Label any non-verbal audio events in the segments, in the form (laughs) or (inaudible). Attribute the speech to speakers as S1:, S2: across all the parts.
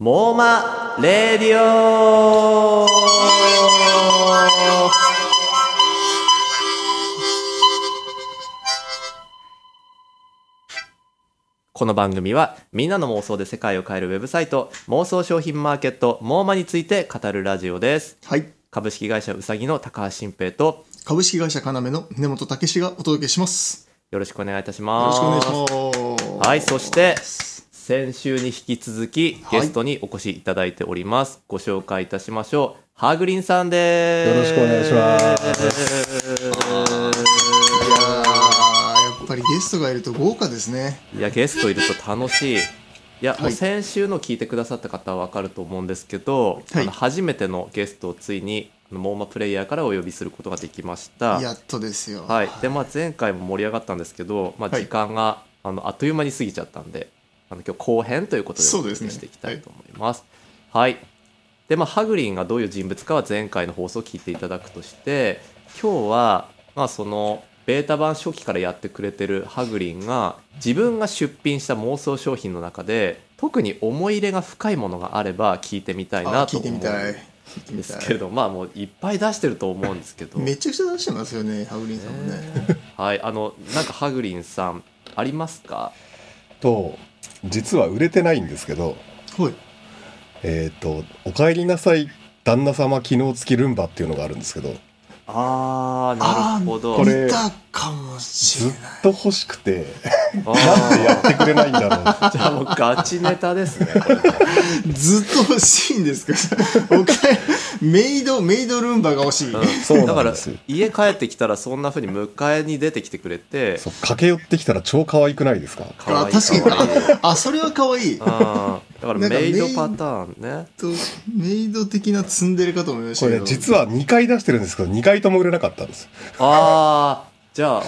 S1: モーマレディオこの番組はみんなの妄想で世界を変えるウェブサイト妄想商品マーケットモーマについて語るラジオです
S2: はい。
S1: 株式会社うさぎの高橋新平と
S2: 株式会社かなめの根本武史がお届けします。
S1: よろしくお願いいたし
S2: よろ
S1: ま
S2: し
S1: す
S2: くお願いします。
S1: はいそして先週に引き続き
S2: はい
S1: ゲストにお越しいただいております、ご紹介いたしましょうハーグリンさんです
S3: よろしくお願いし
S2: いやーやっぱりゲストがいると豪華ですね。
S1: いやゲストいると楽しいいや、
S2: い
S1: もう先週の聞いてくださった方は分かると思うんですけど、
S2: はい
S1: あの初めてのゲストをついにあのモーマプレイヤーからお呼びすることができました
S2: やっとですよ。
S1: はいでまあ、前回も盛り上がったんですけど、まあ、
S2: はい
S1: 時間が、あのあっという間に過ぎちゃったんであの今日後編ということで
S2: そ
S1: お
S2: うです
S1: 届
S2: ね
S1: けしていきたいと思います。はいでまあ、ハグリンがどういう人物かは前回の放送を聞いていただくとして今日は、まあ、そのベータ版初期からやってくれてるハグリンが自分が出品した妄想商品の中で特に思い入れが深いものがあれば聞いてみたい
S2: あ
S1: な
S2: 聞
S1: と
S2: いて
S1: 思う
S2: み
S1: ん
S2: たい。
S1: で
S2: 聞いてみ
S1: す
S2: た
S1: け
S2: い。
S1: どまあもういっぱい出してると思うんですけど。
S2: めちゃくちゃ出してますよね、ハグリンさんもね。
S1: (laughs) はい、あの、なんかハグリンさん、ありますか。
S3: と実は売れてないんですけど
S2: はい。
S3: 「えー、とお帰りなさい旦那様機能付きルンバ」っていうのがあるんですけど
S1: ああ、なるほど。
S3: これ
S2: 見たかもし
S3: ず
S2: れ
S3: っ
S2: ない。
S3: と欲しくて
S1: あ
S3: なんでや
S1: ー
S3: ってくれないんだろ
S1: (laughs)
S3: う
S1: じゃあ、もうガチネタですね。 (laughs) これ
S2: ずっと欲しいんですけど、お (laughs) かえメイド、メイドルンバが欲 (laughs) しい。
S3: そう
S1: だ
S3: な
S1: か
S3: ん
S1: ら
S3: ですよ
S1: 家帰ってきたらそんな風に迎えに出てきてくれて
S3: そう駆け寄ってきたら超可愛くないですか
S1: 可
S2: あ
S1: 愛い
S2: 確
S1: 可
S2: か (laughs)
S1: 愛い
S2: にあ、それは可愛い。
S1: あーだから
S2: なんか
S1: メイド
S2: メイ
S1: パターンね
S2: とメイド的なツンデレかと思いました
S3: こ
S2: け
S3: れ
S2: ど
S3: ね実は2回出してるんですけど2回とも売れなかったんです
S1: ああじゃあ
S2: あ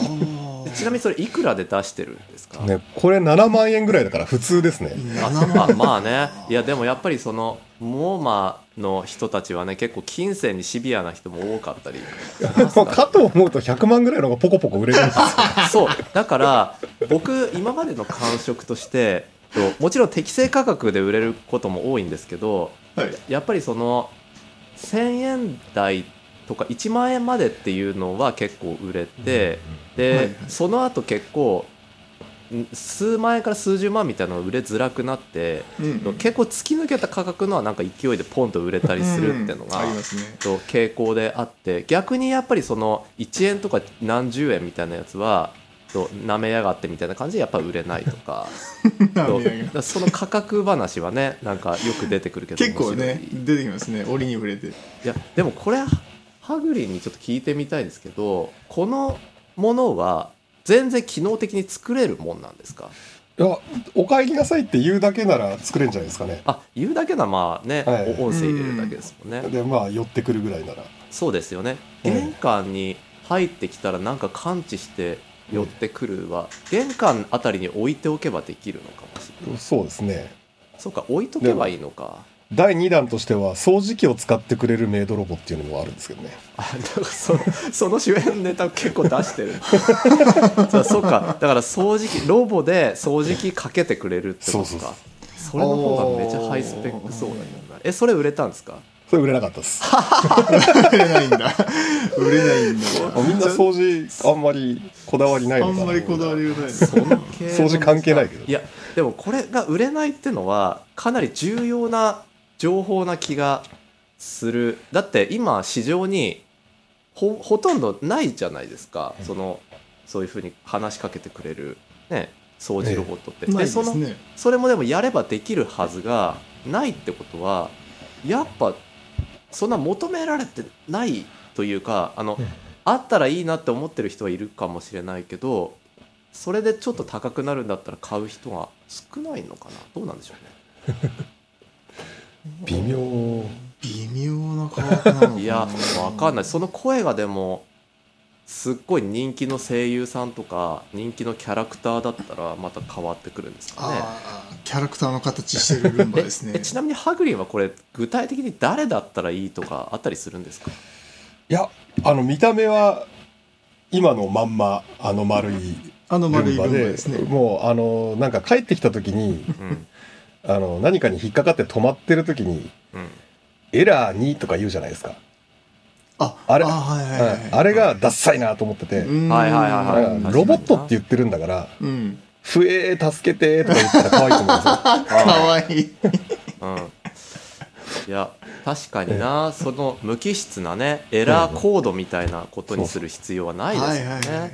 S1: ちなみにそれいくらで出してるんですか、
S3: ねこれ7万円ぐらいだから普通ですね
S2: ー
S1: あ
S2: 7
S1: まあ
S2: 万
S1: まあねいやでもやっぱりそのモーマの人たちはね結構金銭にシビアな人も多かったり
S3: まあ (laughs) かと思うと100万ぐらいの方がポコポコ売れるんですよ
S1: (laughs) そうだから僕今までの感触としてともちろん適正価格で売れることも多いんですけど
S2: はい
S1: やっぱりその1000円台とか1万円までっていうのは結構売れて、で、
S2: はいはい
S1: その後結構ん数万円から数十万みたいなのが売れづらくなって、
S2: うん
S1: 結構突き抜けた価格のはなんか勢いでポンと売れたりするっていうのが、
S2: うんありますね
S1: と傾向であって逆にやっぱりその1円とか何十円みたいなやつはと舐めやがってみたいな感じでやっぱ売れないと
S2: (laughs)
S1: かと
S2: 涙が
S1: その価格話はねなんかよく出てくるけど
S2: (laughs) 結構
S1: 面
S2: ね
S1: 白い
S2: 出てきますね折に触れて
S1: いやでもこれハグリンにちょっと聞いてみたいんですけどこのものは全然機能的に作れるもんなんですか
S3: いやお帰りなさいって言うだけなら作れるんじゃないですかね
S1: あ言うだけならまあね、
S3: はい
S1: お音声入れるだけですもんね
S3: でまあ寄ってくるぐらいなら
S1: そうですよね
S3: うん
S1: 玄関に入ってきたらなんか感知して寄ってくるは玄関あたりに置いておけばできるのかもしれない
S3: そうですね
S1: そうか置いとけばいいのか
S3: 第2弾としては掃除機を使ってくれるメイドロボっていうのもあるんですけどね
S1: あなんかそ (laughs) その主演ネタ結構出してるじゃあ (laughs) そうかだから掃除機ロボで掃除機かけてくれるってことか
S3: そうそうそう
S1: それの方がめちゃハイスペックそうだよなえそれ売れたんですか
S3: それ売れなかったです
S2: (laughs) 売れないんだ売れないんだ
S3: みんな掃除あんまりこだわりない
S2: あ
S3: のかなん
S2: まりこだわりがない
S3: 掃除関係ないけど
S1: いやでもこれが売れないってのはかなり重要な情報な気がするだって今市場にほほとんどないじゃないですか、そのそういうふうに話しかけてくれる、ね、掃除ロボットって、
S2: ない
S1: で
S2: です
S1: その
S2: ね
S1: それもでもやればできるはずがないってことはやっぱそんな求められてないというかあの、
S3: うん
S1: あったらいいなって思ってる人はいるかもしれないけどそれでちょっと高くなるんだったら買う人が少ないのかなどうなんでしょう
S3: 微妙
S2: 微妙な価格なのかな
S1: ねいやわかんないその声がでもすっごい人気の声優さんとか人気のキャラクターだったらまた変わってくるんですかね。
S2: あーキャラクターの形してるルンバ
S1: え
S2: ですね
S1: えちなみにハグリンはこれ具体的に誰だったらいいとかあったりするんですか
S3: いやあの見た目は今のまんまあの丸い
S2: あの丸
S3: ルン
S2: いルンバ
S3: バで
S2: ですね
S3: もうあのなんか帰ってきた時に
S1: うん
S3: あの何かに引っかかって止まってる時に
S1: うん
S3: 「エラー2」とか言うじゃないですか、
S2: あ
S3: あれ
S2: はいはい
S3: は
S2: はいい、
S3: あれがダッサいなと思ってて、
S2: うん
S1: はいはいはいはい
S3: なんかロボットって言ってるんだから
S2: うん
S3: 「ふえー助けて」とか言ったら可愛いと思うんですよ (laughs)
S2: かわいい
S1: うんいや確かになその無機質なねエラーコードみたいなことにする必要はないですよね、
S2: はいはいはい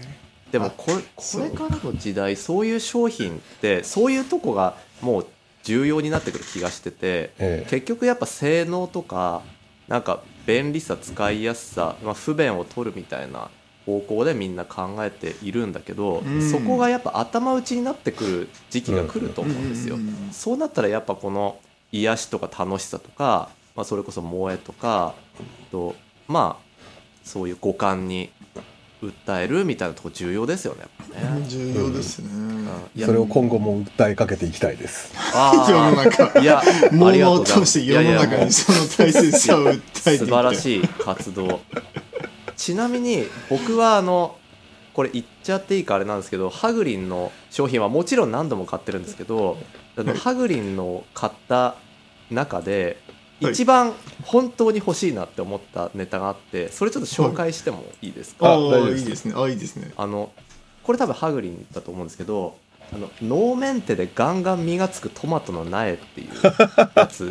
S1: でもこれこれからの時代そういう商品ってそういうとこがもう重要になってくる気がしてて
S3: ええ
S1: 結局やっぱ性能とかなんか便利さ使いやすさ、まあ、不便を取るみたいな方向でみんな考えているんだけど、
S2: うん
S1: そこがやっぱ頭打ちになってくる時期が来ると思うんですよ。
S2: うんうんうん
S1: そうなったらやっぱこの癒しとか楽しさとか、まあ、それこそ萌えとかとまあそういう五感に訴えるみたいなとこ重要ですよね。やっぱね
S2: 重要ですね、
S1: いや
S3: それを今後も訴えかけていきたいです
S2: (laughs) 世の
S1: あ
S2: 中
S1: ーいや
S2: も
S1: ありがとう
S2: う
S1: ご
S2: を
S1: ざいま
S2: 通
S1: す
S2: して世の
S1: いやいやも
S2: 中
S1: う
S2: にその大切さを訴えていきた
S1: 素晴ら
S2: い
S1: しい活
S2: (laughs)
S1: 動ちなみに僕はあのこれ言っちゃっていいかあれなんですけどハグリンの商品はもちろん何度も買ってるんですけどあのハグリンの買った中で
S2: はい
S1: 一番本当に欲しいなって思ったネタがあってそれちょっと紹介してもいいですか、
S2: あ
S3: 大丈夫
S2: あ
S3: で
S2: い
S3: す
S2: いですねあいいですね
S1: あのこれ多分ハグリンだと思うんですけどあのノーメンテでガンガン実がつくトマトの苗っていうやつを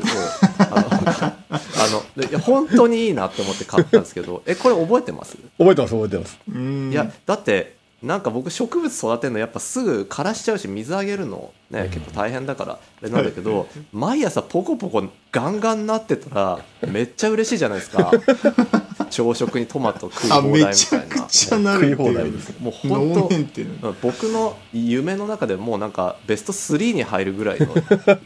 S1: あのあのでいや本当にいいなって思って買ったんですけどえこれ覚えてます、
S3: 覚えてます覚えてます (laughs)
S2: うん
S1: いやだってなんか僕植物育てるのやっぱすぐ枯らしちゃうし水あげるの、ね結構大変だからあれなんだけど、毎朝ポコポコガンガンなってたらめっちゃ嬉しいじゃないです
S2: (laughs)
S1: か朝食にトマト食い
S2: あ
S1: 放題み
S2: めち
S1: た
S2: ゃ
S1: いな
S2: く。ちゃなるって
S3: 食い
S2: い
S3: 放題
S2: う
S3: です
S1: もう本
S2: 能
S1: 当
S2: 面っていうの
S1: うん僕の夢の中でもうなんかベスト3に入るぐらいの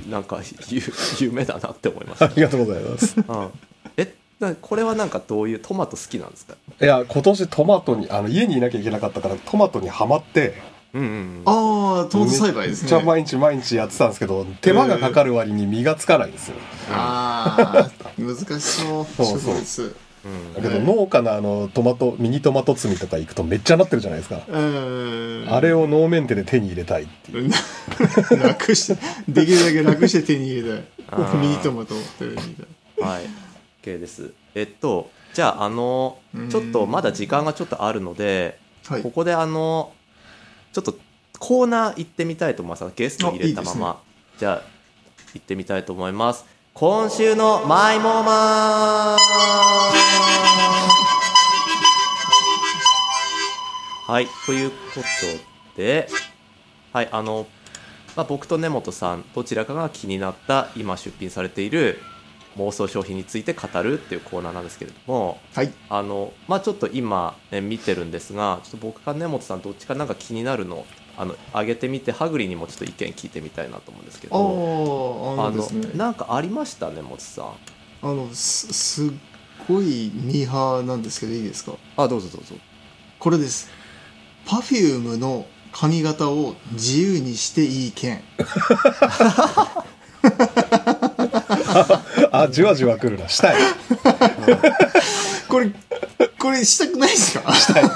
S1: なんかゆ (laughs) 夢だなって思いまし
S2: (laughs)
S3: あ
S1: た、
S3: りがとうございます
S1: うん、えなこれはなんかどういうトマト好きなんですか
S3: いや今年トマトにあの家にいなきゃいけなかったからトマトにはまって
S1: うんうんうん
S2: ああトマト栽培です
S3: めっちゃ
S2: ね
S3: 毎日毎日やってたんですけど手間がかかる割に実がつかないんですよ、
S2: ああ難しそう
S3: そうそう
S2: 植物
S1: うん
S3: だけど農家のあのトマトミニトマト摘みとか行くとめっちゃなってるじゃないですか、
S2: うん
S3: あれをノーメンテで手に入れたいっていう、
S2: (laughs) な楽してできるだけ楽して手に入れ
S1: あ
S2: たい
S1: ー
S2: ミニトマトを手に入れたい
S1: はい OK ですえっとじゃああの
S2: うん
S1: ちょっとまだ時間がちょっとあるので
S2: はい
S1: ここであのちょっとコーナー行ってみたいと思いますゲストに入れたまま
S2: あ
S1: じゃあ行ってみたいと思います今週のマイモーマーはいということではいあの、まあ、僕と根本さんどちらかが気になった今出品されている妄想商品について語るっていうコーナーなんですけれども
S2: はい
S1: あのまあちょっと今、ね、見てるんですがちょっと僕か根本さんどっちかなんか気になるのあの上げてみてハグリにもちょっと意見聞いてみたいなと思うんですけ
S2: あ
S1: ど
S2: ーあ
S1: あ
S2: ので
S1: の
S2: すね
S1: なんかありました根本さん
S2: あのすすっごいミーハーなんですけどいいですか
S1: あどうぞどうぞ
S2: これです Perfume の髪型を自由にしていい件
S3: あじわじわくるなしたい
S2: (laughs) これこれしたくないですか
S3: したい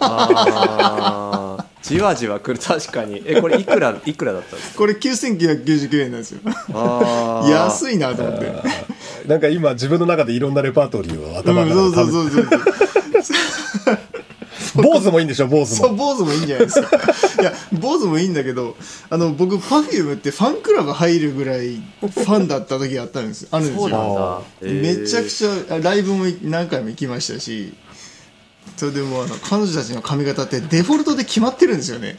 S1: あーじわじわくる確かにえこれいくらいくらだったんですか
S2: (laughs) これ9999円なんですよ
S1: あー
S2: 安いなと思って
S3: なんか今自分の中でいろんなレパートリーを頭
S2: う
S3: の
S2: んそう
S3: 中
S2: そう
S3: で
S2: そうそうそう
S3: 坊主もいいんでしょ坊主
S2: そう
S3: も
S2: 坊主もいいんじゃないです (laughs) かいや坊主もいいんだけどあの僕 Perfume ってファンクラブ入るぐらいファンだった時があったんですあるんです
S1: そうなん
S2: よ
S1: だ、
S2: めちゃくちゃライブも何回も行きましたしそれでもうあの彼女たちの髪型ってデフォルトで決まってるんですよね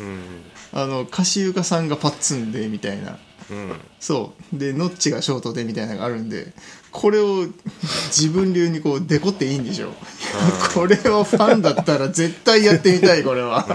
S1: ゃうん
S2: あのカシウカさんがパッツンでみたいな
S1: うん
S2: そうでノッチがショートでみたいなのがあるんでこれを自分流にこうデコっていいんでしょこれをファンだったら絶対やってみたいこれは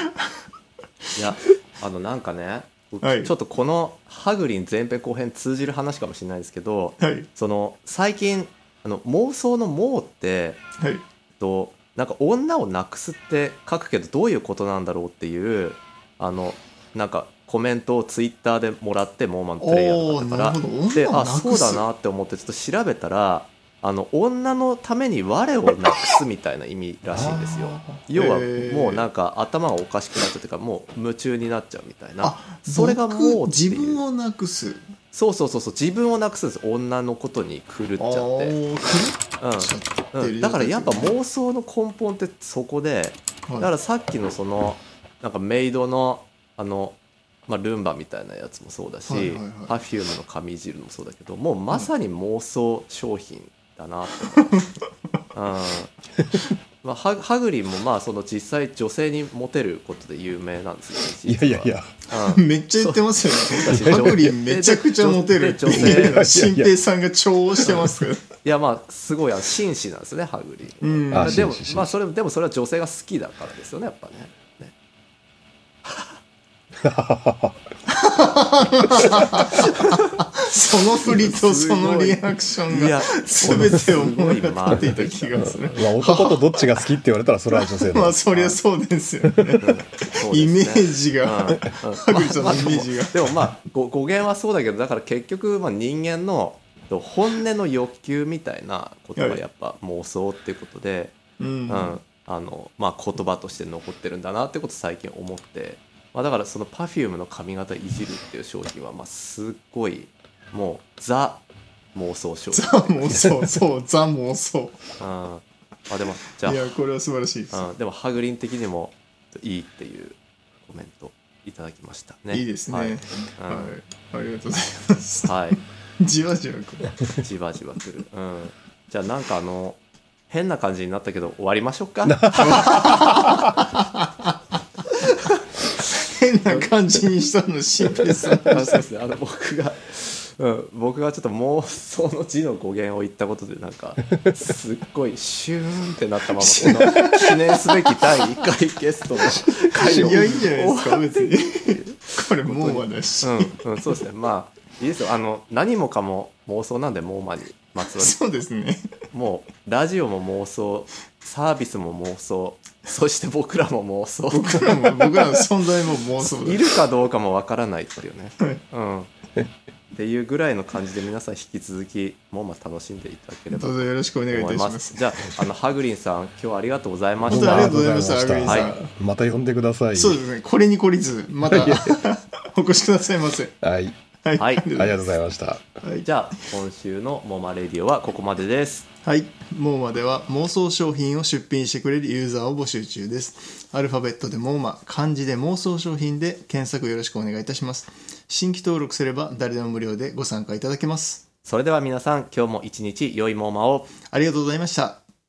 S1: いやあのなんかね、
S2: はい
S1: ちょっとこのハグリン前編後編通じる話かもしれないですけど
S2: はい
S1: その最近あの妄想の「妄」って
S2: はい
S1: となんか女をなくすって書くけどどういうことなんだろうっていうあのなんかコメントをツイッターでもらってモーマンのプレイヤーの方から
S2: おーなるほど
S1: で
S2: 女を
S1: あ
S2: なくす
S1: そうだなって思ってちょっと調べたらあの女のために我をなくすみたいな意味らしいんですよ
S3: あ
S1: 要は
S2: へー
S1: もうなんか頭がおかしくなっちゃうというかもう夢中になっちゃうみたいな
S2: あ
S1: それがもう
S2: 僕
S1: ってい
S2: 自
S1: う
S2: 分をなくす
S1: そうそうそうそう自分をなくすんです女のことに狂っちゃっ
S2: あ
S1: て
S2: ー狂っちゃって
S1: う
S2: る
S1: ん、うん、だからやっぱ
S2: う
S1: 妄想の根本ってそこでだからさっきのそのなんかメイドのあの、まあ、ルンバみたいなやつもそうだし、
S2: はいはいはい
S1: Perfume の紙汁もそうだけどもうまさに妄想商品だなって思う、うんまあ、ハハグリンもまあその実際女性にモテることで有名なんですよ
S3: いやいやいや、
S1: 実はうん
S2: めっちゃ言ってますよ
S1: そう
S2: ね。ハグリンめちゃくちゃモテるって
S1: でで
S3: 女性
S2: 新平さんが調応してますけど。
S1: いやまあすごいあの紳士なんですねハグリン
S2: うん
S1: は
S3: あ
S1: でも
S3: 紳士
S1: まあそれでもそれは女性が好きだからですよねやっぱねね
S2: その振りとそのリアクション
S1: いや
S2: が全てを思い当てていた気がする。
S3: まあ、男とどっちが好きって言われたらそれは女性 (laughs) の方
S2: まあそりゃそうですよね。
S1: そうです
S2: イ
S1: ね
S2: メージ
S1: うん
S2: が。
S1: うん
S2: ハグリンさんのイメージが。
S1: でもまあご語源はそうだけどだから結局まあ人間の本音の欲求みたいなことがやっぱ妄想っていうことで、
S2: う
S1: うんんあのまあ、言葉として残ってるんだなってこと最近思って、まあ、だからその Perfume の髪型いじるっていう商品はまあすっごいもうザ妄想商品
S2: ザ、妄想、そう、ザ妄想。
S1: うん、あでもじゃあ
S2: いや、これは素晴らしいです。
S1: うん、でもハグリン的にもいいっていうコメントいただきましたね。
S2: いいですね。
S1: は
S2: はいい。
S1: うん
S2: ありがとうございます。
S1: はい、
S2: じわじわくる。
S1: じわじわくる。うん、じゃあなんかあの変な感じになったけど終わりましょうか。
S2: 変な感じにしたの、新平さん。
S1: (laughs) あそうですねあの僕が、うん、僕がちょっと妄想の字の語源を言ったことでなんかすっごいシューンってなったままこの記念すべき第1回ゲストの
S2: い
S1: 回を
S2: や、いいんじゃないですか、別に。これ、もうまだし。
S1: うん、うん、そうですねまあいいですよあの何もかも妄想なんでモーマにまつわる
S2: そうですね。
S1: もうラジオも妄想サービスも妄
S2: (laughs)
S1: 想そして僕らも妄想
S2: 僕らも、僕らの存在も妄想
S1: い
S2: だ。
S1: るかどうかもわからないっていうね、
S2: はい
S1: うん、っていうぐらいの感じで皆さん引き続きもうまあ楽しんでいただければ
S2: ど
S1: と
S2: うぞよろしくお願いい
S1: 思
S2: た
S1: い
S2: し
S1: ま
S2: ますす。
S1: じゃああのハグリンさん今日はありがとうございまし
S2: 本当にあり
S1: た
S2: がとうございました
S3: ありがとうございま
S1: アグ
S2: リー
S3: また呼んでください
S2: そうですね。これに懲りず、また (laughs) お越しくださいませ。
S3: はいあ
S2: はい。
S1: はい
S2: あり
S3: り
S2: が
S3: が
S2: とうござ
S3: とうご
S2: い
S3: ざいました
S2: ます。はい
S1: じゃあ今週の「モマレディオ」はここまでです
S2: はい。モーマでは妄想商品を出品してくれるユーザーを募集中です。アルファベットでモーマ、漢字で妄想商品で検索よろしくお願いいたします。新規登録すれば誰でも無料でご参加いただけます。
S1: それでは皆さん今日も一日良いモーマを
S2: ありがとうございました。